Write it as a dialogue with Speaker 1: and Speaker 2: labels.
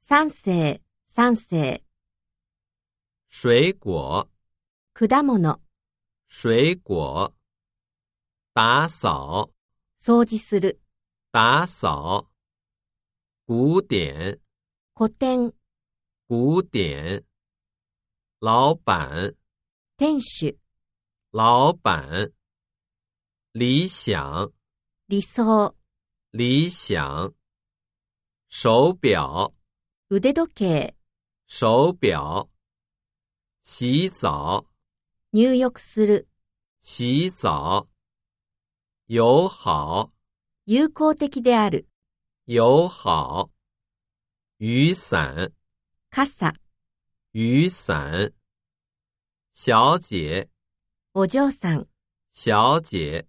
Speaker 1: 三世、三世、
Speaker 2: 水果，
Speaker 1: 果物、
Speaker 2: 水果。打扫，
Speaker 1: 掃除する、
Speaker 2: 打扫。古典，
Speaker 1: 古典、
Speaker 2: 古典。老板，
Speaker 1: 店主、
Speaker 2: 老板。理想，
Speaker 1: 理想、
Speaker 2: 理想。手表，
Speaker 1: 腕時計、
Speaker 2: 手表。洗澡，
Speaker 1: 入浴する、
Speaker 2: 洗澡。友好，
Speaker 1: 友好的である、
Speaker 2: 友好。雨伞，
Speaker 1: 傘、
Speaker 2: 雨伞。小姐，
Speaker 1: お嬢さん。
Speaker 2: 小姐。